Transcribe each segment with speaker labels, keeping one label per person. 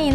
Speaker 1: 迎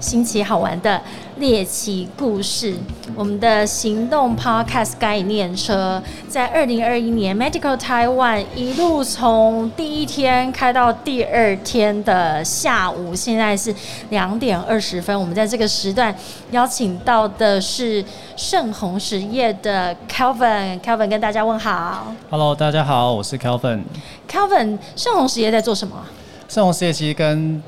Speaker 1: 新奇好玩的猎奇故事。我们的行动 Podcast 概念车在二零二一年 Medical Taiwan 一路从第一天开到第二天的下午，现在是两点二十分。我们在这个时段邀请到的是盛虹实业的 Calvin，Calvin 跟大家问好。
Speaker 2: Hello，大家好，我是 Kelvin。
Speaker 1: Calvin，盛虹实业在做什么啊？
Speaker 2: 盛虹实业其实跟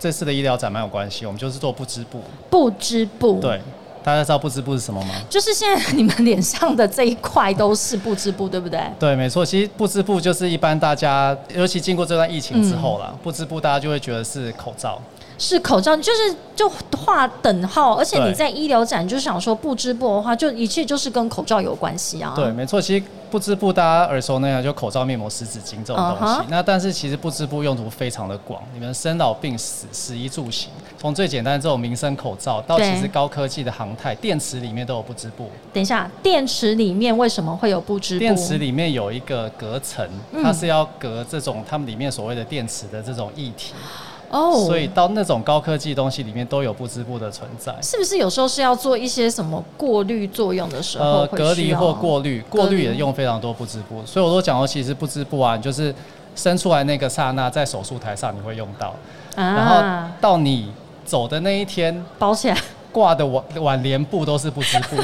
Speaker 2: 这次的医疗展蛮有关系，我们就是做不织布。
Speaker 1: 不织布。。
Speaker 2: 对，大家知道不织布是什么吗？
Speaker 1: 就是现在你们脸上的这一块都是不织布，对不对？
Speaker 2: 对，没错，其实不织布就是一般大家，尤其经过这段疫情之后
Speaker 1: 嗯
Speaker 2: 啦，不织布大家就会觉得是口罩。
Speaker 1: 是口罩，就是就画等号，而且
Speaker 2: 对
Speaker 1: 你在医疗展就想说不织布的话，就一切就是跟口罩有关系啊。
Speaker 2: 对，，没错，其实不织布大家耳熟能详，就口罩、面膜、湿纸巾这种东西。
Speaker 1: 嗯哼
Speaker 2: 那但是其实不织布用途非常的广，你们生老病死、食衣住行，从最简单的这种民生口罩，到
Speaker 1: 对
Speaker 2: 其实高科技的航太电池里面都有不织布。
Speaker 1: 等一下，电池里面为什么会有不织布？
Speaker 2: 电池里面有一个隔层，
Speaker 1: 嗯
Speaker 2: 它是要隔这种他们里面所谓的电池的这种液体，
Speaker 1: 哦，
Speaker 2: 所以到那种高科技东西里面都有不织布的存在。
Speaker 1: 是不是有时候是要做一些什么过滤作用的时候
Speaker 2: 呃，
Speaker 1: 会需要
Speaker 2: 隔离或过滤，过
Speaker 1: 隔离
Speaker 2: 滤也用非常多不织布，所以我都讲过，其实不织布啊，你就是生出来那个刹那，在手术台上你会用到，然后
Speaker 1: 啊，
Speaker 2: 到你走的那一天，
Speaker 1: 包起来
Speaker 2: 挂的挽挽联布都是不织 布，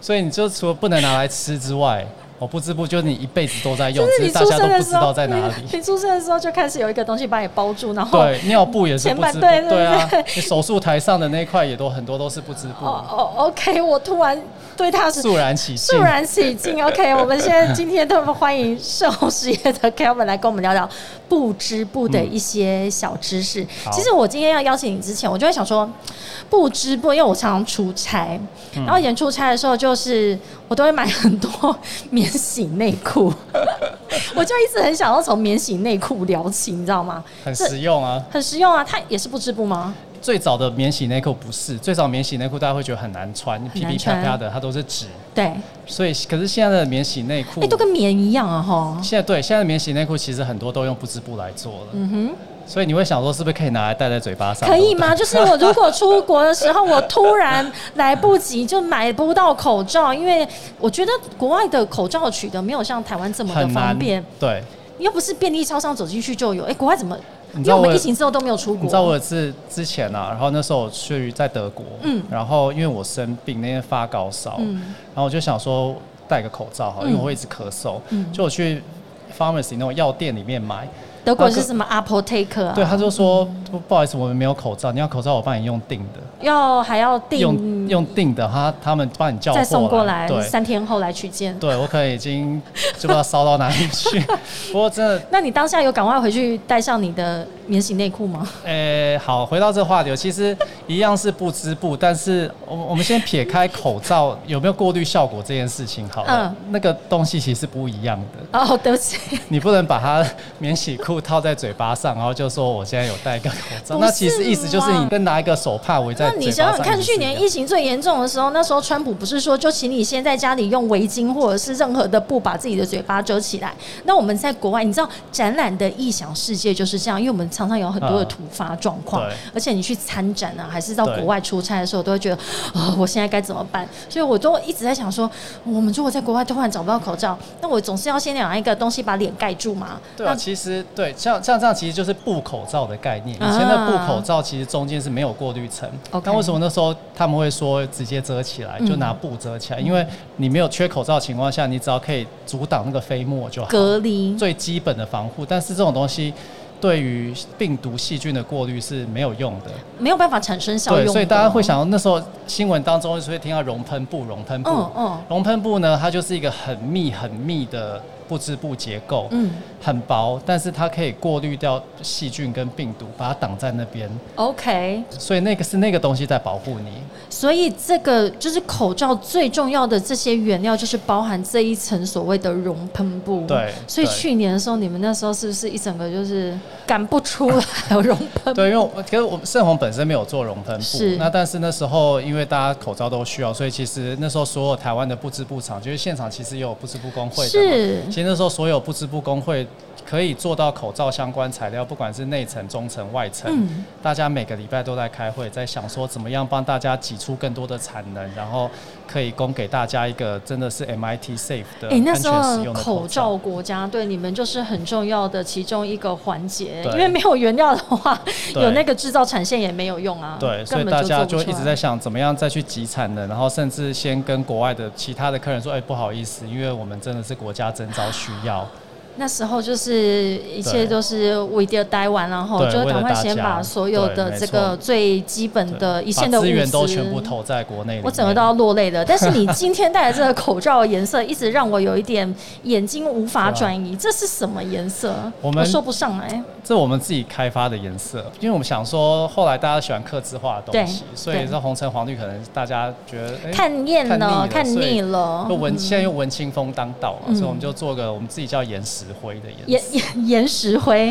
Speaker 2: 所以你就除了不能拿来吃之外，哦，不织布就是你一辈子都在用，
Speaker 1: 就是
Speaker 2: 只
Speaker 1: 你
Speaker 2: 是大
Speaker 1: 出
Speaker 2: 家都
Speaker 1: 生
Speaker 2: 不
Speaker 1: 的
Speaker 2: 知
Speaker 1: 时候
Speaker 2: 道在哪里。
Speaker 1: 你出生的时候就开始有一个东西把你包住，然后
Speaker 2: 对，尿布也是
Speaker 1: 前
Speaker 2: 不
Speaker 1: 半
Speaker 2: 织布，
Speaker 1: 对对
Speaker 2: 对啊，你 手术台上的那一块也都很多都是不织布，
Speaker 1: 哦哦，OK，我突然对他是
Speaker 2: 肃然起敬
Speaker 1: 肃。然起 敬。OK，我们现在今天特别欢迎社红实业的 Kevin 来跟我们聊聊不织布的一些小知识。
Speaker 2: 好
Speaker 1: 其实我今天要邀请你之前，我就会想说，不织布，因为我常常出差，
Speaker 2: 嗯
Speaker 1: 然后以前出差的时候，就是我都会买很多免洗内 裤，我就一直很想要从免洗内裤聊起，你知道吗？
Speaker 2: 很
Speaker 1: 这
Speaker 2: 实用啊！
Speaker 1: 很实用啊，它也是不织布吗？
Speaker 2: 最早的免洗内裤不是，最早免洗内裤大家会觉得很难穿，噼
Speaker 1: 难
Speaker 2: 噼
Speaker 1: 穿
Speaker 2: 啪啪的，它都是纸。
Speaker 1: 对，哎、
Speaker 2: 所以，可是现在的免洗内裤，
Speaker 1: 都跟棉一样啊，哈。
Speaker 2: 现在对现在的免洗内裤其实很多都用不织布来做了。嗯哼，所以你会想说，是不是可以拿来戴在嘴巴上？
Speaker 1: 可以吗？就是我如果出国的时候，我突然来不及就买不到口罩，因为我觉得国外的口罩取得没有像台湾这么的
Speaker 2: 很难
Speaker 1: 方便，。
Speaker 2: 对，
Speaker 1: 又不是便利超商走进去就有。哎、国外怎么？因
Speaker 2: 你知
Speaker 1: 为
Speaker 2: 道
Speaker 1: 我们
Speaker 2: 我
Speaker 1: 疫情之后都没有出
Speaker 2: 你知道我
Speaker 1: 国，
Speaker 2: 有次之前啊，然后那时候我去在德国，
Speaker 1: 嗯
Speaker 2: 然后因为我生病那天发高烧，然后我就想说戴个口罩好了，
Speaker 1: 嗯
Speaker 2: 因为我会一直咳嗽，就我去 pharmacy 那种药店里面买，
Speaker 1: 德国是什么 Apple Take 啊？
Speaker 2: 对，他就说不不好意思，我们没有口罩，你要口罩我帮你用订的，
Speaker 1: 要还要订
Speaker 2: 用用订的，他他们帮你叫
Speaker 1: 再送过来
Speaker 2: 来，，对。
Speaker 1: 三天后来取件。
Speaker 2: 对，我可能已经 就不知道烧到哪里去。不过真的，
Speaker 1: 那你当下有赶快回去带上你的免洗内裤吗？
Speaker 2: 呃、好，回到这话题，其实一样是不织布，但是我们我们先撇开口罩有没有过滤效果这件事情好
Speaker 1: 嗯
Speaker 2: 了，那个东西其实是不一样 的，
Speaker 1: 哦，对不起，
Speaker 2: 你不能把它免洗裤套在嘴巴上，然后就说我现在有戴一个口罩，
Speaker 1: 不
Speaker 2: 那
Speaker 1: 是
Speaker 2: 其实意思就是你
Speaker 1: 嘛
Speaker 2: 跟拿一个手帕围在
Speaker 1: 那
Speaker 2: 嘴巴上
Speaker 1: 你想想看，
Speaker 2: 意思
Speaker 1: 去
Speaker 2: 是一样
Speaker 1: 年疫情最严重的时候，那时候川普不是说，就请你先在家里用围巾或者是任何的布把自己的嘴巴遮起来。那我们在国外，你知道展览的异想世界就是这样，因为我们常常有很多的
Speaker 2: 嗯
Speaker 1: 突发状况，
Speaker 2: 对
Speaker 1: 而且你去参展啊，还是到
Speaker 2: 对
Speaker 1: 国外出差的时候，都会觉得啊、我现在该怎么办？所以我都一直在想说，我们如果在国外突然找不到口罩，那我总是要先拿一个东西把脸盖住嘛。
Speaker 2: 对啊，
Speaker 1: 那
Speaker 2: 其实对，像像这样其实就是布口罩的概念。以前的布口罩其实中间是没有过滤层，
Speaker 1: 啊 OK 嗯
Speaker 2: 但为什么那时候他们会说直接遮起来，就拿布遮起来？因为你没有缺口罩的情况下，你只要可以阻挡那个飞沫就好，
Speaker 1: 隔离
Speaker 2: 最基本的防护。但是这种东西。对于病毒细菌的过滤是没有用的，
Speaker 1: 没有办法产生效用
Speaker 2: 对，
Speaker 1: 的，
Speaker 2: 所以大家会想到那时候新闻当中会听到熔喷布、熔喷布、
Speaker 1: 嗯嗯
Speaker 2: 熔喷布呢，它就是一个很密很密的不织布结构，
Speaker 1: 嗯，
Speaker 2: 很薄，但是它可以过滤掉细菌跟病毒，把它挡在那边。
Speaker 1: OK，
Speaker 2: 所以那个是那个东西在保护你。
Speaker 1: 所以这个就是口罩最重要的这些原料，就是包含这一层所谓的熔喷布。
Speaker 2: 对
Speaker 1: 所以
Speaker 2: 对
Speaker 1: 去年的时候，你们那时候是不是一整个就是赶不出来熔喷？
Speaker 2: 对，因为我其实我们盛虹本身没有做熔喷布
Speaker 1: 是，
Speaker 2: 那但是那时候因为大家口罩都需要，所以其实那时候所有台湾的布织布厂，就是现场其实也有布织布工会的嘛，
Speaker 1: 是
Speaker 2: 其实那时候所有布织布工会可以做到口罩相关材料，不管是内层、中层、外层，
Speaker 1: 嗯
Speaker 2: 大家每个礼拜都在开会，在想说怎么样帮大家挤出更多的产能，然后可以供给大家一个真的是 MIT safe 的
Speaker 1: 哎、
Speaker 2: 安
Speaker 1: 那
Speaker 2: 全
Speaker 1: 时
Speaker 2: 使
Speaker 1: 候
Speaker 2: 用的
Speaker 1: 口
Speaker 2: 口
Speaker 1: 罩
Speaker 2: 罩。
Speaker 1: 国家对你们就是很重要的其中一个环节，
Speaker 2: 对
Speaker 1: 因为没有原料的话，
Speaker 2: 对
Speaker 1: 有那个制造产线也没有用啊，
Speaker 2: 对，所
Speaker 1: 根
Speaker 2: 以
Speaker 1: 本
Speaker 2: 大
Speaker 1: 就
Speaker 2: 家
Speaker 1: 做
Speaker 2: 就
Speaker 1: 不出
Speaker 2: 一直
Speaker 1: 来
Speaker 2: 在想怎么样再去挤产能，然后甚至先跟国外的其他的客人说，哎、不好意思，因为我们真的是国家征召需要，
Speaker 1: 那时候就是一切都是为了待完，然后
Speaker 2: 对
Speaker 1: 就赶
Speaker 2: 为了
Speaker 1: 快
Speaker 2: 大家
Speaker 1: 先把所有
Speaker 2: 对
Speaker 1: 的
Speaker 2: 没
Speaker 1: 这个
Speaker 2: 错
Speaker 1: 最基本的一线的
Speaker 2: 把资
Speaker 1: 物
Speaker 2: 源都
Speaker 1: 资
Speaker 2: 全部投在国内里面。
Speaker 1: 我整个都要落泪了。但是 你今天戴的这个口罩的颜色，一直让我有一点眼睛无法
Speaker 2: 对啊
Speaker 1: 转移，这是什么颜色？
Speaker 2: 我们
Speaker 1: 说不上来。
Speaker 2: 这我们自己开发的颜色，因为我们想说，后来大家喜欢刻字化的东西，
Speaker 1: 对
Speaker 2: 所以这红橙黄绿可能大家觉得哎
Speaker 1: 看厌了，看
Speaker 2: 所以
Speaker 1: 腻了
Speaker 2: 又。文现在又文青风当道嘛，
Speaker 1: 嗯
Speaker 2: 所以我们就做个我们自己叫岩石灰的颜
Speaker 1: 岩
Speaker 2: 色。
Speaker 1: 岩岩石 灰，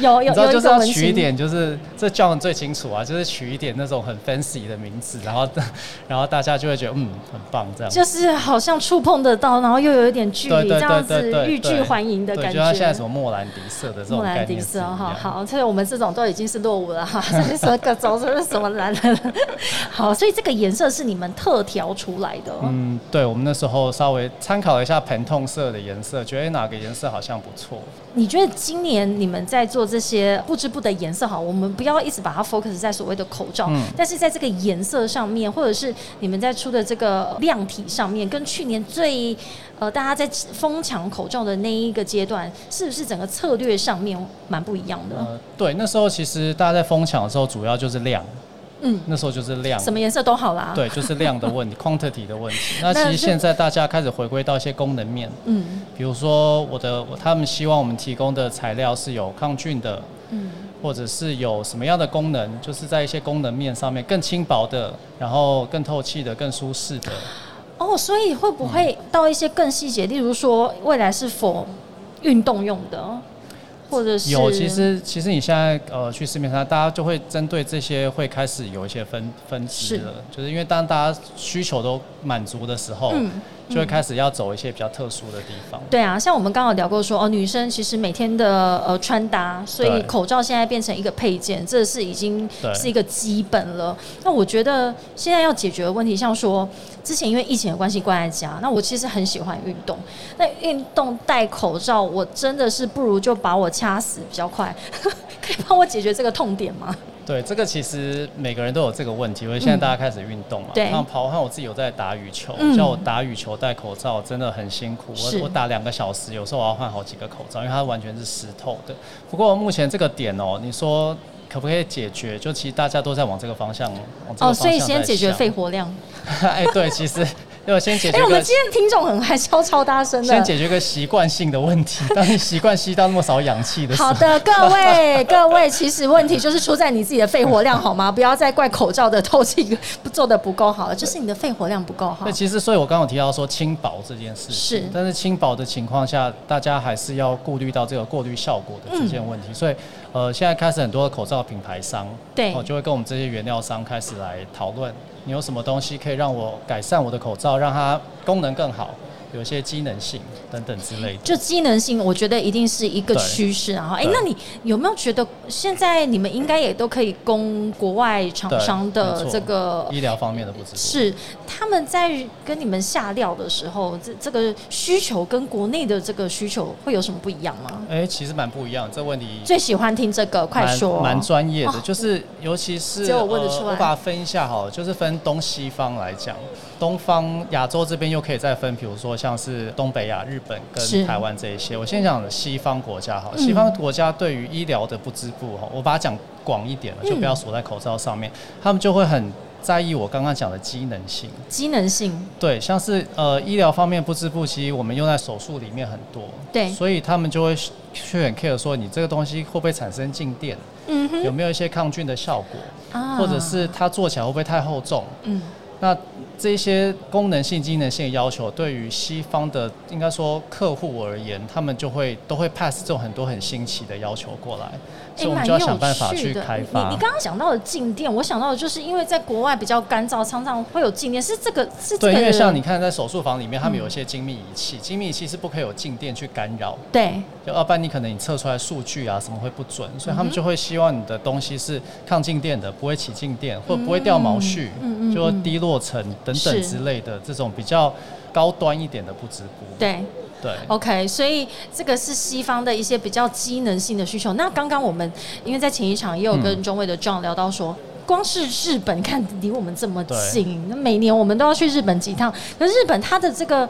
Speaker 1: 有
Speaker 2: 你
Speaker 1: 有
Speaker 2: 知道
Speaker 1: 有
Speaker 2: 就
Speaker 1: 一
Speaker 2: 是
Speaker 1: 个
Speaker 2: 要
Speaker 1: 文
Speaker 2: 取一
Speaker 1: 青，
Speaker 2: 点，就是这叫人最清楚啊，就是取一点那种很 fancy 的名字，然后 然后大家就会觉得嗯很棒这样。
Speaker 1: 就是好像触碰得到，然后又有一点距
Speaker 2: 对
Speaker 1: 离，
Speaker 2: 对
Speaker 1: 这样
Speaker 2: 对
Speaker 1: 子
Speaker 2: 对对，
Speaker 1: 欲拒还迎的
Speaker 2: 对
Speaker 1: 感
Speaker 2: 就像现在
Speaker 1: 觉
Speaker 2: 什。么莫兰迪色的这种
Speaker 1: 莫
Speaker 2: 概
Speaker 1: 兰迪
Speaker 2: 念是一
Speaker 1: 色，哦
Speaker 2: 样
Speaker 1: 好好，所以我们这种都已经是落伍了 哈，这什么各种都是什么蓝了。 好，所以这个颜色是你们特调出来的，哦
Speaker 2: 嗯，对，我们那时候稍微参考了一下盆痛色的颜色，觉得诶哪个颜色好像不错。
Speaker 1: 你觉得今年你们在做这些布织布的颜色好，我们不要一直把它 focus 在所谓的口罩，
Speaker 2: 嗯
Speaker 1: 但是在这个颜色上面，或者是你们在出的这个量体上面，跟去年最呃大家在疯抢口罩的那一个阶段，是不是整个策略上面蛮不一样的？
Speaker 2: 呃，对，那时候其实大家在疯抢的时候，主要就是量，
Speaker 1: 嗯，
Speaker 2: 那时候就是量，
Speaker 1: 什么颜色都好啦。，
Speaker 2: 对，就是量的 问题，quantity 的问题。那
Speaker 1: 那
Speaker 2: 其实
Speaker 1: 是
Speaker 2: 现在大家开始回归到一些功能面，
Speaker 1: 嗯
Speaker 2: 比如说我的，我他们希望我们提供的材料是有抗菌的，
Speaker 1: 嗯，
Speaker 2: 或者是有什么样的功能，就是在一些功能面上面更轻薄的，然后更透气的、更舒适的。
Speaker 1: 哦，所以会不会
Speaker 2: 嗯
Speaker 1: 到一些更细节，例如说未来是否运动用的，或者是
Speaker 2: 有，其实其实你现在呃去市面上，大家就会针对这些会开始有一些分分支
Speaker 1: 是
Speaker 2: 了，就是因为当大家需求都满足的时候，
Speaker 1: 嗯
Speaker 2: 就会开始要走一些比较特殊的地方。
Speaker 1: 对啊，像我们刚好聊过说，哦，女生其实每天的呃穿搭，所以
Speaker 2: 对
Speaker 1: 口罩现在变成一个配件，这是已经
Speaker 2: 对
Speaker 1: 是一个基本了。那我觉得现在要解决的问题，像说之前因为疫情的关系关在家，那我其实很喜欢运动，那运动戴口罩，我真的是不如就把我掐死比较快。 可以帮我解决这个痛点吗？
Speaker 2: 对，这个其实每个人都有这个问题，因为现在大家开始运动嘛，
Speaker 1: 嗯对
Speaker 2: 像跑，像我自己有在打羽球，
Speaker 1: 嗯
Speaker 2: 像我打羽球戴口罩真的很辛苦，
Speaker 1: 是
Speaker 2: 我我打两个小时，有时候我要换好几个口罩，因为它完全是湿透的。不过目前这个点哦、你说可不可以解决？就其实大家都在往这个方向，往这个
Speaker 1: 哦，
Speaker 2: 方向
Speaker 1: 所以先
Speaker 2: 在
Speaker 1: 解决
Speaker 2: 想
Speaker 1: 肺活量。
Speaker 2: 哎，对，其实要先 解
Speaker 1: 哎、
Speaker 2: 决
Speaker 1: 我
Speaker 2: 个、
Speaker 1: 们今天听众很还笑超大声的。
Speaker 2: 先解决个习惯性的问题。当你习惯吸到那么少氧气的时
Speaker 1: 好
Speaker 2: 候，
Speaker 1: 的，各位各位，其实问题就是出在你自己的肺活量好吗？不要再怪口罩的透气不做的不够好了，就是你的肺活量不够好
Speaker 2: 那。其实，所以我刚刚有提到说轻薄这件事情，
Speaker 1: 是
Speaker 2: 但是轻薄的情况下，大家还是要顾虑到这个过滤效果的这件问题。所以，呃，现在开始很多的口罩品牌商，
Speaker 1: 嗯对
Speaker 2: 哦，就会跟我们这些原料商开始来讨论，你有什么东西可以让我改善我的口罩，让它功能更好，有一些机能性等等之类的。
Speaker 1: 就机能性，我觉得一定是一个
Speaker 2: 对
Speaker 1: 趋势啊。哎、
Speaker 2: 对
Speaker 1: 那你有没有觉得现在你们应该也都可以供国外厂
Speaker 2: 对
Speaker 1: 商
Speaker 2: 没
Speaker 1: 的
Speaker 2: 错
Speaker 1: 这个
Speaker 2: 医疗方面的不知足。
Speaker 1: 是他们在跟你们下料的时候，这这个需求跟国内的这个需求会有什么不一样吗？
Speaker 2: 哎、其实蛮不一样，这问题
Speaker 1: 最喜欢听这个，快
Speaker 2: 蛮
Speaker 1: 说。
Speaker 2: 蛮专业的
Speaker 1: 哦，
Speaker 2: 就是尤其是
Speaker 1: 只有我问得
Speaker 2: 呃
Speaker 1: 出来
Speaker 2: 我把它分一下好了，就是分东西方来讲，东方亚洲这边又可以再分，比如说像是东北亚、日本
Speaker 1: 是
Speaker 2: 跟台湾这一些。我先讲西方国家好了，
Speaker 1: 嗯
Speaker 2: 西方国家对
Speaker 1: 嗯
Speaker 2: 哦于医疗的不织布哈，我把它讲广一点了，就不要锁在口罩上面，他们就会很。在意我刚刚讲的机能性。
Speaker 1: 机能性，
Speaker 2: 对，像是呃医疗方面不织布，其实我们用在手术里面很多，
Speaker 1: 对
Speaker 2: 所以他们就会去很 care 说你这个东西会不会产生静电，
Speaker 1: 嗯哼，
Speaker 2: 有没有一些抗菌的效果，
Speaker 1: 啊
Speaker 2: 或者是它做起来会不会太厚重？
Speaker 1: 嗯
Speaker 2: 那这些功能性、机能性的要求，对于西方的应该说客户而言，他们就会都会 pass 这种很多很新奇的要求过来，所以我们
Speaker 1: 蛮
Speaker 2: 就
Speaker 1: 有
Speaker 2: 要
Speaker 1: 趣的。
Speaker 2: 想办法去开发。
Speaker 1: 你你刚刚讲到的静电，我想到的就是因为在国外比较干燥，常常会有静电，是这个是这
Speaker 2: 对，
Speaker 1: 个
Speaker 2: 因为
Speaker 1: 的
Speaker 2: 像你看，在手术房里面，他们有一
Speaker 1: 嗯
Speaker 2: 些精密仪器，精密仪器是不可以有静电去干扰，
Speaker 1: 对
Speaker 2: 就要不然你可能你测出来数据啊什么会不准，所以他们就会希望你的东西是抗静电的，不会起静电，或不会掉毛絮，
Speaker 1: 嗯嗯嗯
Speaker 2: 就低落层等
Speaker 1: 是
Speaker 2: 等之类的这种比较高端一点的不织布。
Speaker 1: 对
Speaker 2: 对，
Speaker 1: OK，所以这个是西方的一些比较机能性的需求。那刚刚我们因为在前一场也有跟中卫的 John 聊到说。光是日本看离我们这么近，那每年我们都要去日本几趟。可是日本它的这个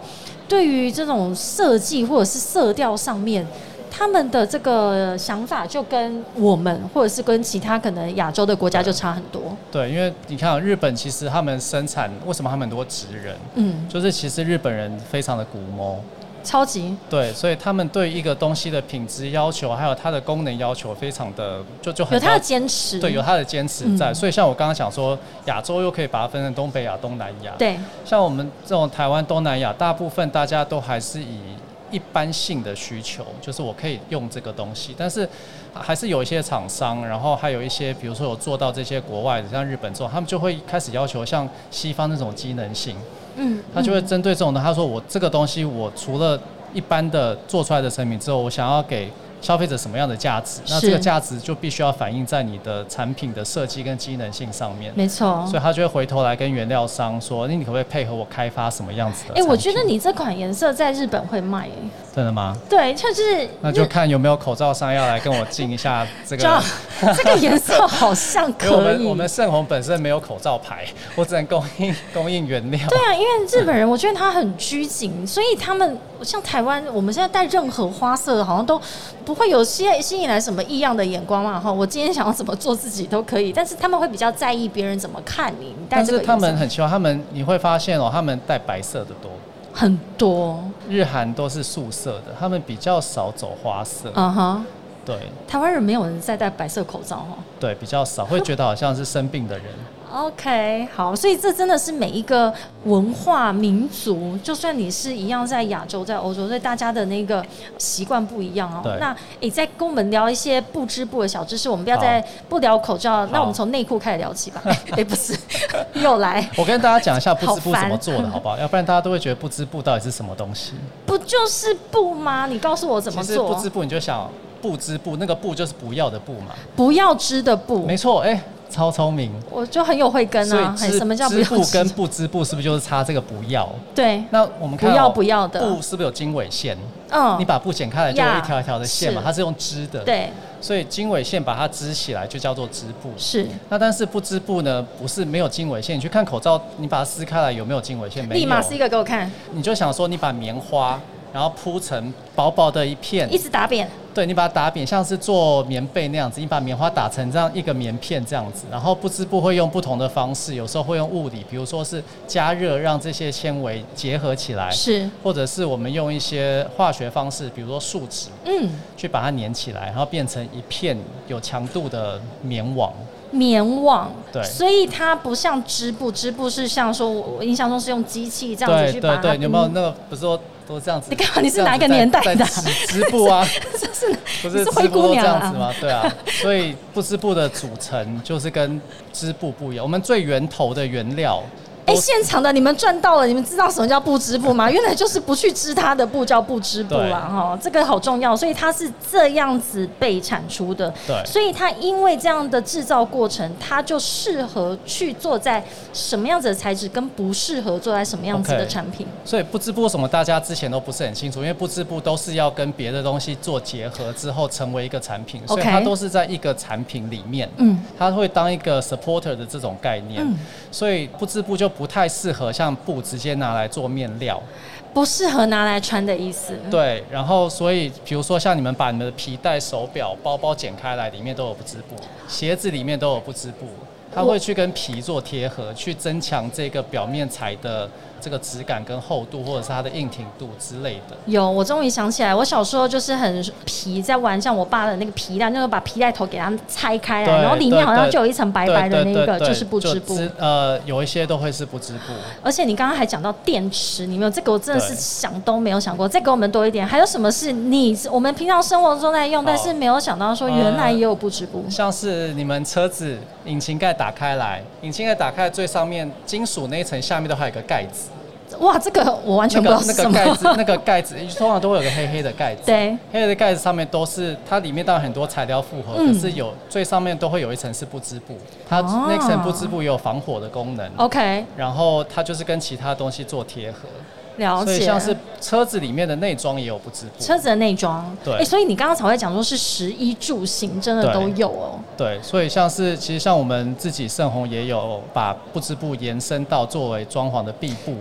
Speaker 1: 对于这种设计或者是色调上面，他们的这个想法就跟我们或者是跟其他可能亚洲的国家就差很多。
Speaker 2: 对，因为你看日本其实他们生产为什么他们很多职人，
Speaker 1: 嗯，
Speaker 2: 就是其实日本人非常的古摸，
Speaker 1: 超级
Speaker 2: 对，所以他们对一个东西的品质要求，还有它的功能要求，非常的就就很
Speaker 1: 有他的
Speaker 2: 高
Speaker 1: 坚持。
Speaker 2: 对有它的坚持在。
Speaker 1: 嗯
Speaker 2: 所以像我刚刚讲说，亚洲又可以把它分成东北亚、东南亚。，
Speaker 1: 对
Speaker 2: 像我们这种台湾、东南亚，大部分大家都还是以。一般性的需求就是我可以用这个东西，但是还是有一些厂商，然后还有一些，比如说有做到这些国外的，像日本这种，他们就会开始要求像西方那种机能性，
Speaker 1: 嗯，
Speaker 2: 他就会
Speaker 1: 嗯
Speaker 2: 针对这种的，他说我这个东西，我除了一般的做出来的成品之后，我想要给消费者什么样的价值？那
Speaker 1: 是
Speaker 2: 这个价值就必须要反映在你的产品的设计跟机能性上面。
Speaker 1: 没错，
Speaker 2: 所以他就会回头来跟原料商说：“哎那你可不可以配合我开发什么样子的？”
Speaker 1: 哎、我觉得你这款颜色在日本会卖、哎，
Speaker 2: 真的吗？
Speaker 1: 对，就是
Speaker 2: 那就看有没有口罩商要来跟我进一下这
Speaker 1: 就
Speaker 2: 个。
Speaker 1: 这个颜色好像
Speaker 2: 因为我
Speaker 1: 可
Speaker 2: 们
Speaker 1: 以
Speaker 2: 我。们盛虹本身没有口罩牌，我只能供应供应原料。
Speaker 1: 对啊，因为日本人我觉得他很拘谨，所以他们像台湾，我们现在戴任何花色好像都不会有吸吸引来什么异样的眼光嘛哈。我今天想要怎么做自己都可以，但是他们会比较在意别人怎么看你。你戴
Speaker 2: 但
Speaker 1: 这个
Speaker 2: 是他们
Speaker 1: 颜色
Speaker 2: 很奇怪，他们你会发现哦、他们戴白色的多。
Speaker 1: 很多，
Speaker 2: 日韩都是素色的，他们比较少走花色，
Speaker 1: 嗯哼，
Speaker 2: 对
Speaker 1: 台湾人没有人在戴白色口罩哈。
Speaker 2: 对，比较少，会觉得好像是生病的人。
Speaker 1: OK，好，所以这真的是每一个文化民族，就算你是一样在亚洲、在欧洲，所以大家的那个习惯不一样哦
Speaker 2: 对。
Speaker 1: 那你再跟我们聊一些不织布的小知识，我们不要
Speaker 2: 好
Speaker 1: 再不聊口罩，那我们从内裤开始聊起 吧。哎、不是， 又来，
Speaker 2: 我跟大家讲一下不织
Speaker 1: 好
Speaker 2: 布
Speaker 1: 烦
Speaker 2: 怎么做的，好不好？要不然大家都会觉得不织布到底是什么东西。
Speaker 1: 不就是布吗？你告诉我怎么
Speaker 2: 其实不
Speaker 1: 做啊
Speaker 2: 织？布你就想不织布，那个布就是不要的布嘛。
Speaker 1: 不要织的布
Speaker 2: 没，错，哎、超聪明。
Speaker 1: 我就很有慧根
Speaker 2: 所以
Speaker 1: 啊。哎
Speaker 2: 织
Speaker 1: 什么叫不
Speaker 2: 织
Speaker 1: 要
Speaker 2: 布
Speaker 1: 织
Speaker 2: 跟
Speaker 1: 的？
Speaker 2: 不织布是不是就是差这个不要？
Speaker 1: 对，
Speaker 2: 那我们看、
Speaker 1: 不要不要的
Speaker 2: 布是不是有经纬线？
Speaker 1: 嗯，
Speaker 2: 你把布剪开来就有
Speaker 1: 呀
Speaker 2: 一条一条的线嘛，
Speaker 1: 是
Speaker 2: 它是用织的。，
Speaker 1: 嗯对
Speaker 2: 所以经纬线把它织起来就叫做织布。
Speaker 1: 是
Speaker 2: 那但是不织布呢，不是没有经纬线。你去看口罩，你把它撕开来有没有经纬线？没有。
Speaker 1: 立马撕一个给我看，
Speaker 2: 你就想说，你把棉花，然后铺成薄薄的一片
Speaker 1: 一，直打扁。
Speaker 2: 对你把它打扁，像是做棉被那样子。你把棉花打成这样一个棉片这样子，然后不织布会用不同的方式，有时候会用物理，比如说是加热让这些纤维结合起来，
Speaker 1: 是，
Speaker 2: 或者是我们用一些化学方式，比如说树脂，
Speaker 1: 嗯。
Speaker 2: 去把它粘起来，然后变成一片有强度的棉网。
Speaker 1: 棉网，
Speaker 2: 对
Speaker 1: 所以它不像织布，织布是像说我我印象中是用机器这样子
Speaker 2: 对
Speaker 1: 去把
Speaker 2: 对
Speaker 1: 它。嗯
Speaker 2: 对，你有没有那个不是说都这样子？
Speaker 1: 你干嘛你是哪一个年代的啊
Speaker 2: 这样子在在织织布啊，
Speaker 1: 这 是
Speaker 2: 不
Speaker 1: 你
Speaker 2: 是
Speaker 1: 是
Speaker 2: 织
Speaker 1: 灰
Speaker 2: 布
Speaker 1: 姑
Speaker 2: 都这
Speaker 1: 娘
Speaker 2: 样子
Speaker 1: 啊？
Speaker 2: 吗？对啊，所以不织布的组成就是跟织布不一样。我们最源头的原料，
Speaker 1: 哎、
Speaker 2: 都是
Speaker 1: 现场的你们赚到了，你们知道什么叫不织布吗？ 原来就是不去织它的布叫不织布啦，哈，这个好重要，所以它是这样子被产出的。
Speaker 2: 对
Speaker 1: 所以它因为这样的制造过程，它就适合去做在什么样子的材质，跟不适合做在什么样子的
Speaker 2: OK
Speaker 1: 产品。
Speaker 2: 所以不织布为什么大家之前都不是很清楚，因为不织布都是要跟别的东西做结合之后成为一个产品，所以
Speaker 1: OK
Speaker 2: 它都是在一个产品里面，
Speaker 1: 嗯，
Speaker 2: 它会当一个 supporter 的这种概念，所以不织布就不太适合像布直接拿来做面料。
Speaker 1: 不适合拿来穿的意思。
Speaker 2: 对，然后所以比如说像你们把你们的皮带、手表、包包剪开来，里面都有不织布，鞋子里面都有不织布，它会去跟皮做贴合，去增强这个表面材的这个质感跟厚度，或者是它的硬挺度之类的。
Speaker 1: 有，我终于想起来，我小时候就是很皮，在玩像我爸的那个皮带，那个把皮带头给它拆开来，
Speaker 2: 对
Speaker 1: 哎然后里面好像就有一层白白的
Speaker 2: 对
Speaker 1: 那
Speaker 2: 对
Speaker 1: 个，
Speaker 2: 对
Speaker 1: 就是不织布。
Speaker 2: 呃，有一些都会是不织布。
Speaker 1: 而且你刚刚还讲到电池，你没有这个，我真的是
Speaker 2: 对
Speaker 1: 想都没有想过。再给我们多一点，还有什么是你我们平常生活中在用，
Speaker 2: 好
Speaker 1: 但是没有想到说原来也有不织布。
Speaker 2: 像是你们车子引擎盖打开来，引擎盖打开最上面金属那一层下面都还有一个盖子，
Speaker 1: 哇，这个我完全
Speaker 2: 那
Speaker 1: 不知道
Speaker 2: 个
Speaker 1: 是
Speaker 2: 啊
Speaker 1: 什么。
Speaker 2: 那个盖子那个盖子通常都会有个黑黑的盖子，
Speaker 1: 对，
Speaker 2: 黑黑的盖子上面都是它里面当然很多材料复合，
Speaker 1: 嗯
Speaker 2: 可是有最上面都会有一层是不织布，它
Speaker 1: 哦
Speaker 2: 那层不织布也有防火的功能。
Speaker 1: OK，
Speaker 2: 然后它就是跟其他东西做贴合，
Speaker 1: 了
Speaker 2: 所
Speaker 1: 解。
Speaker 2: 以像是车子里面的内装也有不织布。
Speaker 1: 车子的内装，
Speaker 2: 对
Speaker 1: 诶所以你刚刚才会讲说是食衣住行，真的
Speaker 2: 对
Speaker 1: 都有哦。
Speaker 2: 对，所以像是其实像我们自己盛虹也有把不织布延伸到作为装潢的壁布，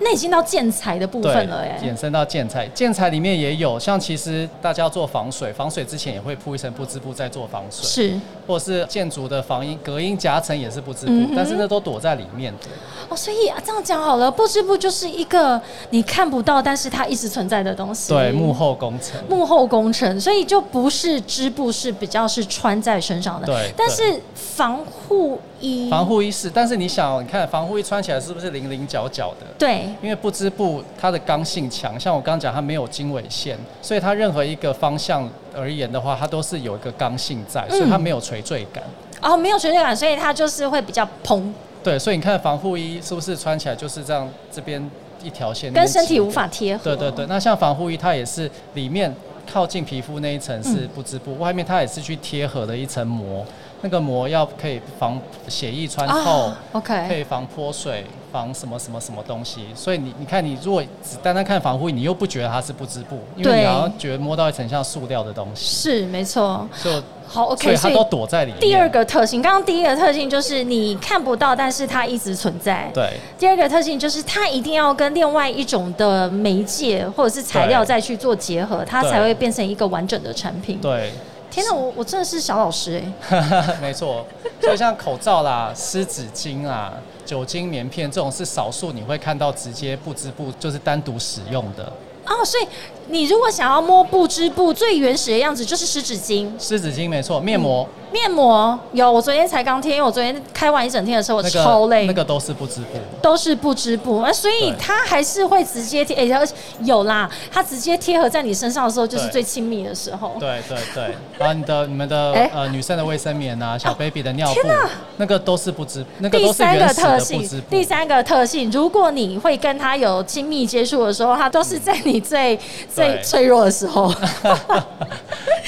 Speaker 1: 那已经到建材的部
Speaker 2: 对
Speaker 1: 分了，哎耶。
Speaker 2: 延伸到建材，建材里面也有，像其实大家要做防水，防水之前也会铺一层不织布再做防水，
Speaker 1: 是
Speaker 2: 或是建筑的防音隔音夹层也是不织布，
Speaker 1: 嗯哼
Speaker 2: 但是那都躲在里面的。
Speaker 1: 哦，所以啊，这样讲好了，不织布就是一个你看不到，但是它一直存在的东西。
Speaker 2: 对，幕后工程。
Speaker 1: 幕后工程，所以就不是织布，是比较是穿在身上的。
Speaker 2: 对
Speaker 1: 但
Speaker 2: 对
Speaker 1: 是防护衣，
Speaker 2: 防护衣是，但是你想，你看防护衣穿起来是不是零零角角的？
Speaker 1: 对，
Speaker 2: 因为不织布它的刚性强，像我刚刚讲，它没有经纬线，所以它任何一个方向而言的话，它都是有一个刚性在，
Speaker 1: 嗯
Speaker 2: 所以它没有垂坠感。
Speaker 1: 哦，没有垂坠感，所以它就是会比较蓬，
Speaker 2: 对，所以你看防护衣是不是穿起来就是这样，这边一条线，
Speaker 1: 跟身体无
Speaker 2: 法。
Speaker 1: 法贴合。
Speaker 2: 对对对，那像防护衣，它也是里面靠近皮肤那一层
Speaker 1: 嗯
Speaker 2: 是不织布，外面它也是去贴合的一层膜，那个膜要可以防血液穿透。
Speaker 1: 啊，OK，
Speaker 2: 可以防泼水，防什么什么什么东西。所以你你看，你如果只单单看防护衣，你又不觉得它是不织布，因为
Speaker 1: 对
Speaker 2: 你好像觉得摸到一层像塑料的东西，
Speaker 1: 是没错。
Speaker 2: 所以
Speaker 1: 好
Speaker 2: 所
Speaker 1: ，OK，
Speaker 2: 以它都躲在里面。
Speaker 1: 第二个特性，刚刚第一个特性就是你看不到，但是它一直存在。
Speaker 2: 对
Speaker 1: 第二个特性就是它一定要跟另外一种的媒介或者是材料
Speaker 2: 对
Speaker 1: 再去做结合，它
Speaker 2: 对
Speaker 1: 才会变成一个完整的产品。
Speaker 2: 对，
Speaker 1: 天哪，我我真的是小老师哎、
Speaker 2: 没错。所以像口罩啦、湿纸巾啦、酒精棉片这种是少数你会看到直接不织布就是单独使用的。
Speaker 1: 哦，所以你如果想要摸不织布最原始的样子，就是湿纸巾、
Speaker 2: 湿纸巾没错，面膜、
Speaker 1: 面膜。有，我昨天才刚贴，因为我昨天开完一整天的时候，我
Speaker 2: 那个
Speaker 1: 超累。
Speaker 2: 那个都是不织布。
Speaker 1: 都是不织布，啊，所以
Speaker 2: 对
Speaker 1: 它还是会直接贴，诶而且有啦，它直接贴合在你身上的时候，就是
Speaker 2: 对
Speaker 1: 最亲密的时候。
Speaker 2: 对对对，然后你的你们的、
Speaker 1: 哎哦
Speaker 2: 呃女生的卫生棉啊，小 baby 的尿布
Speaker 1: 天哪，
Speaker 2: 那个都是不织，那个
Speaker 1: 第
Speaker 2: 都是
Speaker 1: 三个
Speaker 2: 原始
Speaker 1: 特
Speaker 2: 的不
Speaker 1: 性
Speaker 2: 织，布
Speaker 1: 第。三个特性，如果你会跟它有亲密接触的时候，它都是在你 最最
Speaker 2: 对
Speaker 1: 脆弱的时 候，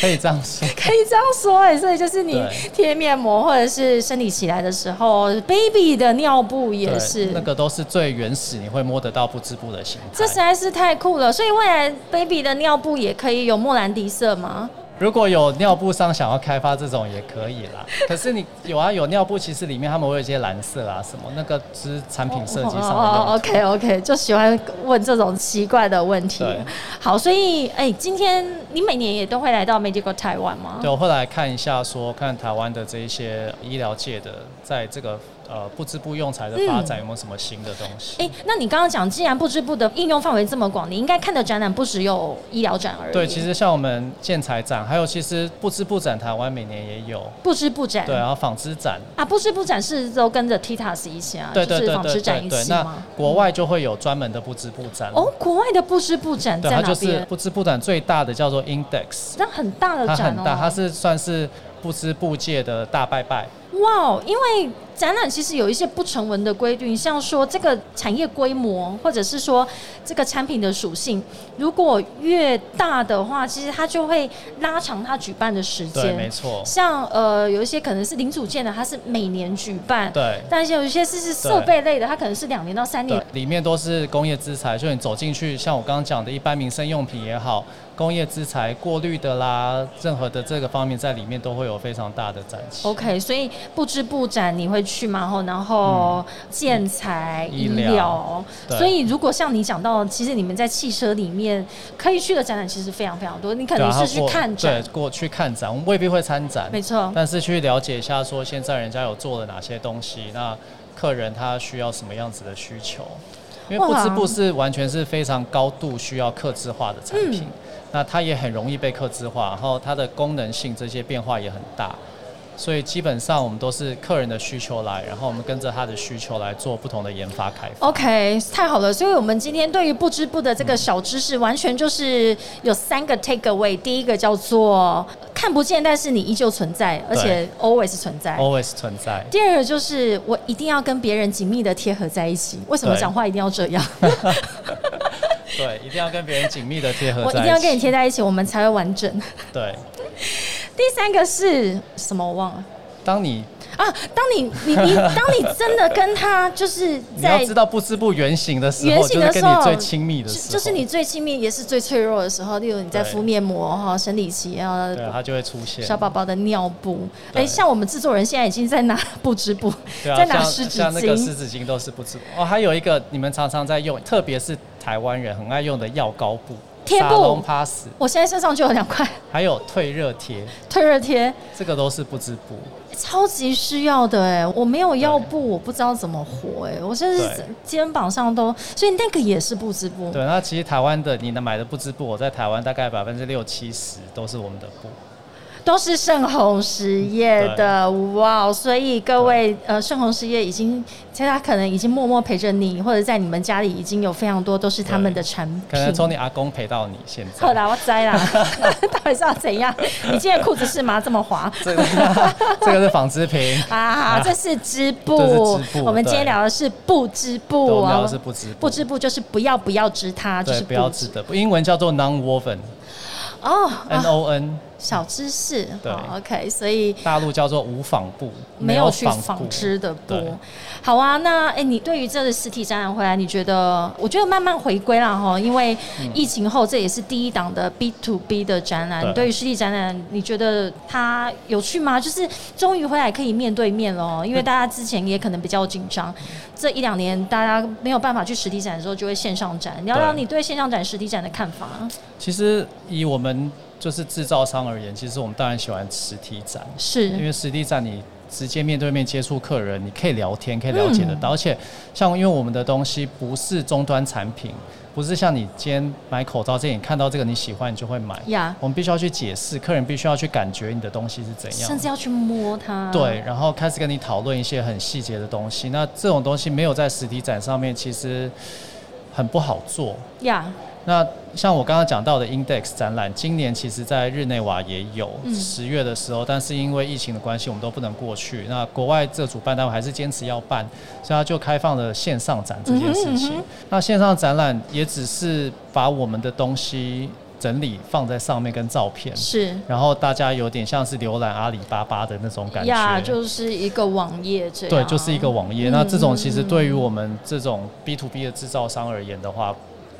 Speaker 2: 可以这样说，
Speaker 1: 可以这样说哎、所以就是你
Speaker 2: 对
Speaker 1: 贴面膜或者是生理起来的时候，baby 的尿布 也
Speaker 2: 对
Speaker 1: 是
Speaker 2: 那。个都是最原始，你会摸得到不织布的形态。
Speaker 1: 这实在是太酷了，所以未来 baby 的尿布也可以有莫兰迪色吗？
Speaker 2: 如果有尿布商想要开发这种也可以啦，可是你有啊有尿布，其实里面他们会有一些蓝色啊什么，那个是产品设计
Speaker 1: 哦
Speaker 2: 上的用途。
Speaker 1: o k OK，就喜欢问这种奇怪的问题
Speaker 2: 对。
Speaker 1: 好，所以哎、今天你每年也都会来到 Medical 台湾吗？
Speaker 2: 对，我后来看一下说，看台湾的这一些医疗界的，在这个呃不织布用材的发展有没有什么新的东西？
Speaker 1: 哎、那你刚刚讲，既然不织布的应用范围这么广，你应该看的展览不只有医疗展而已。
Speaker 2: 对，其实像我们建材展，还有其实布织布展，台湾每年也有。
Speaker 1: 不织布展，
Speaker 2: 对，然后纺织展，
Speaker 1: 啊，不织布展是都跟着 Titas 一起啊，
Speaker 2: 对对
Speaker 1: 就是
Speaker 2: 对
Speaker 1: 纺织
Speaker 2: 对
Speaker 1: 展
Speaker 2: 对
Speaker 1: 一
Speaker 2: 对。
Speaker 1: 起
Speaker 2: 那
Speaker 1: 吗？
Speaker 2: 国外就会有专门的布织布展。
Speaker 1: 哦，国外的不织布展
Speaker 2: 对，
Speaker 1: 在
Speaker 2: 它
Speaker 1: 哪
Speaker 2: 就是
Speaker 1: 边？
Speaker 2: 布织布展最大的叫做 Index，
Speaker 1: 那很大的
Speaker 2: 它
Speaker 1: 展
Speaker 2: 很
Speaker 1: 哦，
Speaker 2: 大，它是算是布织布界的大拜拜。
Speaker 1: 哇哦，因为展览其实有一些不成文的规定，像说这个产业规模，或者是说这个产品的属性，如果越大的话，其实它就会拉长它举办的时
Speaker 2: 对，没
Speaker 1: 间。
Speaker 2: 错。
Speaker 1: 像呃，有一些可能是零组件的，它是每年举办，
Speaker 2: 对，
Speaker 1: 但是有一些是是设备类的，它可能是两年到三
Speaker 2: 对
Speaker 1: 年。，
Speaker 2: 里面都是工业资材，所以你走进去，像我刚刚讲的一般民生用品也好，工业资材过滤的啦，任何的这个方面在里面都会有非常大的展期。
Speaker 1: OK，所以布织布展你会去吗？吼，然后建材、
Speaker 2: 嗯医
Speaker 1: 医
Speaker 2: 疗
Speaker 1: 疗，
Speaker 2: 对
Speaker 1: 所以如果像你讲到，其实你们在汽车里面可以去的展览其实非常非常多，你可
Speaker 2: 对啊
Speaker 1: 能是
Speaker 2: 它
Speaker 1: 去
Speaker 2: 过
Speaker 1: 看展，
Speaker 2: 对，过去看展，我们未必会参展，
Speaker 1: 没错，
Speaker 2: 但是去了解一下说现在人家有做了哪些东西，那客人他需要什么样子的需求？因为
Speaker 1: 哇
Speaker 2: 布织布是完全是非常高度需要客制化的产品，
Speaker 1: 嗯
Speaker 2: 那它也很容易被客制化，然后它的功能性这些变化也很大，所以基本上我们都是客人的需求来，然后我们跟着他的需求来做不同的研发开发。
Speaker 1: OK，太好了！所以我们今天对于布织布的这个小知识，完全就是有三个 take away。第一个叫做看不见，但是你依旧存在，而且 always 存在。
Speaker 2: always 存在，
Speaker 1: 第二个就是我一定要跟别人紧密的贴合在一起。为什么
Speaker 2: 对
Speaker 1: 讲话一定要这样？
Speaker 2: 对，一定要跟别人紧密的贴合在
Speaker 1: 我
Speaker 2: 一起。
Speaker 1: 一定要跟你贴在一起，我们才会完整。
Speaker 2: 对，
Speaker 1: 第三个是什么？我忘了
Speaker 2: 当你
Speaker 1: 啊！当你你 你，当你真的跟他就是
Speaker 2: 你要
Speaker 1: 在
Speaker 2: 知道不织布原型的时
Speaker 1: 原
Speaker 2: 候，
Speaker 1: 型
Speaker 2: 就
Speaker 1: 的
Speaker 2: 是
Speaker 1: 时
Speaker 2: 跟
Speaker 1: 候
Speaker 2: 你最亲密的
Speaker 1: 就
Speaker 2: 时候，
Speaker 1: 就是你最亲密也是最脆弱的时候，例如你在
Speaker 2: 对
Speaker 1: 敷面膜哈、生理期啊、
Speaker 2: 对它就会出现。
Speaker 1: 小宝宝的尿布。哎、
Speaker 2: 对
Speaker 1: 像我们制作人现在已经在拿布织布，
Speaker 2: 对啊，
Speaker 1: 在拿
Speaker 2: 像
Speaker 1: 湿纸
Speaker 2: 像那个
Speaker 1: 巾
Speaker 2: 湿纸巾都是不织布哦，还有一个你们常常在用，特别是台湾人很爱用的药膏布、
Speaker 1: 贴布
Speaker 2: 沙龙 pass，
Speaker 1: 我现在身上就有两块
Speaker 2: 还有退热贴，
Speaker 1: 退热贴，
Speaker 2: 这个都是不织布。
Speaker 1: 超级需要的哎、我没有药布，我不知道怎么活哎、我真是
Speaker 2: 对
Speaker 1: 肩膀上都，所以那个也是布织布。
Speaker 2: 对，那其实台湾的你能买的不织布，我在台湾大概百分之六七十都是我们的布。
Speaker 1: 都是盛虹实业的哇！所以各位呃，盛虹实业已经，其实他可能已经默默陪着你，或者在你们家里已经有非常多都是他们的产品。
Speaker 2: 可能从你阿公陪到你现
Speaker 1: 好
Speaker 2: 在，
Speaker 1: 啦，我栽 啦， 到底是要怎样？你今天裤子是吗？这么滑？
Speaker 2: 这个这个是纺织品，
Speaker 1: 啊，这是织布。
Speaker 2: 这是织布
Speaker 1: 我们今天
Speaker 2: 对
Speaker 1: 聊的是布织
Speaker 2: 对
Speaker 1: 布
Speaker 2: 我们
Speaker 1: 啊
Speaker 2: 聊的是。不织布，
Speaker 1: 布织布就是不要不要织它，就
Speaker 2: 对
Speaker 1: 是，
Speaker 2: 不要
Speaker 1: 布
Speaker 2: 织的布，英文叫做 non-woven，N
Speaker 1: 哦、啊
Speaker 2: O N，
Speaker 1: 小知识。
Speaker 2: 对
Speaker 1: 好，OK，所以
Speaker 2: 大陆叫做无纺布，
Speaker 1: 没有去
Speaker 2: 没有
Speaker 1: 纺
Speaker 2: 布
Speaker 1: 织的布
Speaker 2: 对。
Speaker 1: 好啊，那哎、你对于这个实体展览回来，你觉得？我觉得慢慢回归啦哈，因为
Speaker 2: 嗯
Speaker 1: 疫情后这也是第一档的 B to B 的展览。
Speaker 2: 对
Speaker 1: 你对于实体展览，你觉得它有趣吗？就是终于回来可以面对面了哦，因为
Speaker 2: 嗯
Speaker 1: 大家之前也可能比较紧张，这一两年大家没有办法去实体展的时候，就会线上展。聊聊
Speaker 2: 对
Speaker 1: 你对线上展、实体展的看法。
Speaker 2: 其实以我们就是制造商而言，其实我们当然喜欢实体展，
Speaker 1: 嗯
Speaker 2: 因
Speaker 1: 是
Speaker 2: 为实体展你直接面对面接触客人，你可以聊天，可以了解得
Speaker 1: 嗯
Speaker 2: 到。而且像因为我们的东西不是终端产品，不是像你今天买口罩这，你看到这个你喜欢你就会买。
Speaker 1: 呀
Speaker 2: 我们必须要去解释，客人必须要去感觉你的东西是怎样
Speaker 1: 甚
Speaker 2: 的
Speaker 1: 至要去摸它。
Speaker 2: 对，，然后开始跟你讨论一些很细节的东西。那这种东西没有在实体展上面，其实很不好做。
Speaker 1: 呀、
Speaker 2: 那像我刚刚讲到的 Index 展览，今年其实在日内瓦也有，
Speaker 1: 嗯
Speaker 2: 十、月的时候，但是因为疫情的关系，我们都不能过去。那国外这主办单位还是坚持要办，所以他就开放了线上展这件事
Speaker 1: 嗯
Speaker 2: 情。
Speaker 1: 哼嗯哼
Speaker 2: 那线上展览也只是把我们的东西整理放在上面跟照片，
Speaker 1: 是。
Speaker 2: 然后大家有点像是浏览阿里巴巴的那种感觉。
Speaker 1: 呀就是一个网页这样。
Speaker 2: 对，就是一个网页。那这种其实
Speaker 1: 啊嗯嗯嗯
Speaker 2: 对于我们这种 B to B 的制造商而言的话，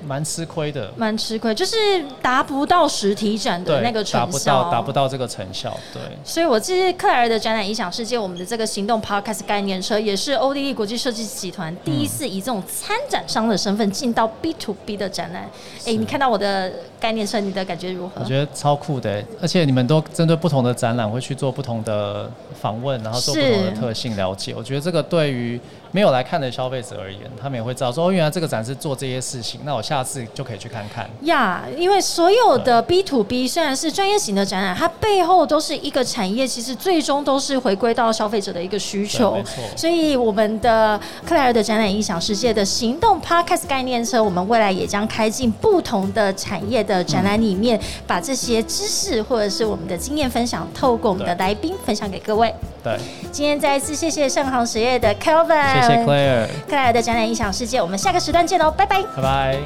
Speaker 2: 蛮吃亏的。
Speaker 1: 蛮吃亏，就是达不到实体展的
Speaker 2: 对，
Speaker 1: 那个
Speaker 2: 达
Speaker 1: 成
Speaker 2: 不
Speaker 1: 效，
Speaker 2: 到达不。到这个成效，对。
Speaker 1: 所以，我这是克莱尔的展览影响世界，我们的这个行动 Podcast 概念车，也是欧地利国际设计集团第一次以这种参展商的身份进到 B to B 的展览。哎、你看到我的概念车，你的感觉如何
Speaker 2: 我？觉得超酷的欸，而且你们都针对不同的展览会去做不同的访问，然后做不同的
Speaker 1: 是
Speaker 2: 特性了解。我觉得这个对于没有来看的消费者而言，他们也会知道说，哦，原来这个展是做这些事情，那我下次就可以去看看。
Speaker 1: 呀因为所有的 B to B 虽然是专业型的展览，它背后都是一个产业，其实最终都是回归到消费者的一个需求
Speaker 2: 对没。错
Speaker 1: 所以我们的克莱尔的展览影响世界的行动 Podcast 概念车，我们未来也将开进不同的产业的展览里
Speaker 2: 嗯
Speaker 1: 面，把这些知识或者是我们的经验分享，透过我们的来宾分享给各位。
Speaker 2: 对，
Speaker 1: 今天再一次谢谢盛航实业的 Kelvin，
Speaker 2: 谢谢 Claire，
Speaker 1: 克莱尔的展览影响世界，我们下个时段见喽，拜拜。
Speaker 2: 拜拜。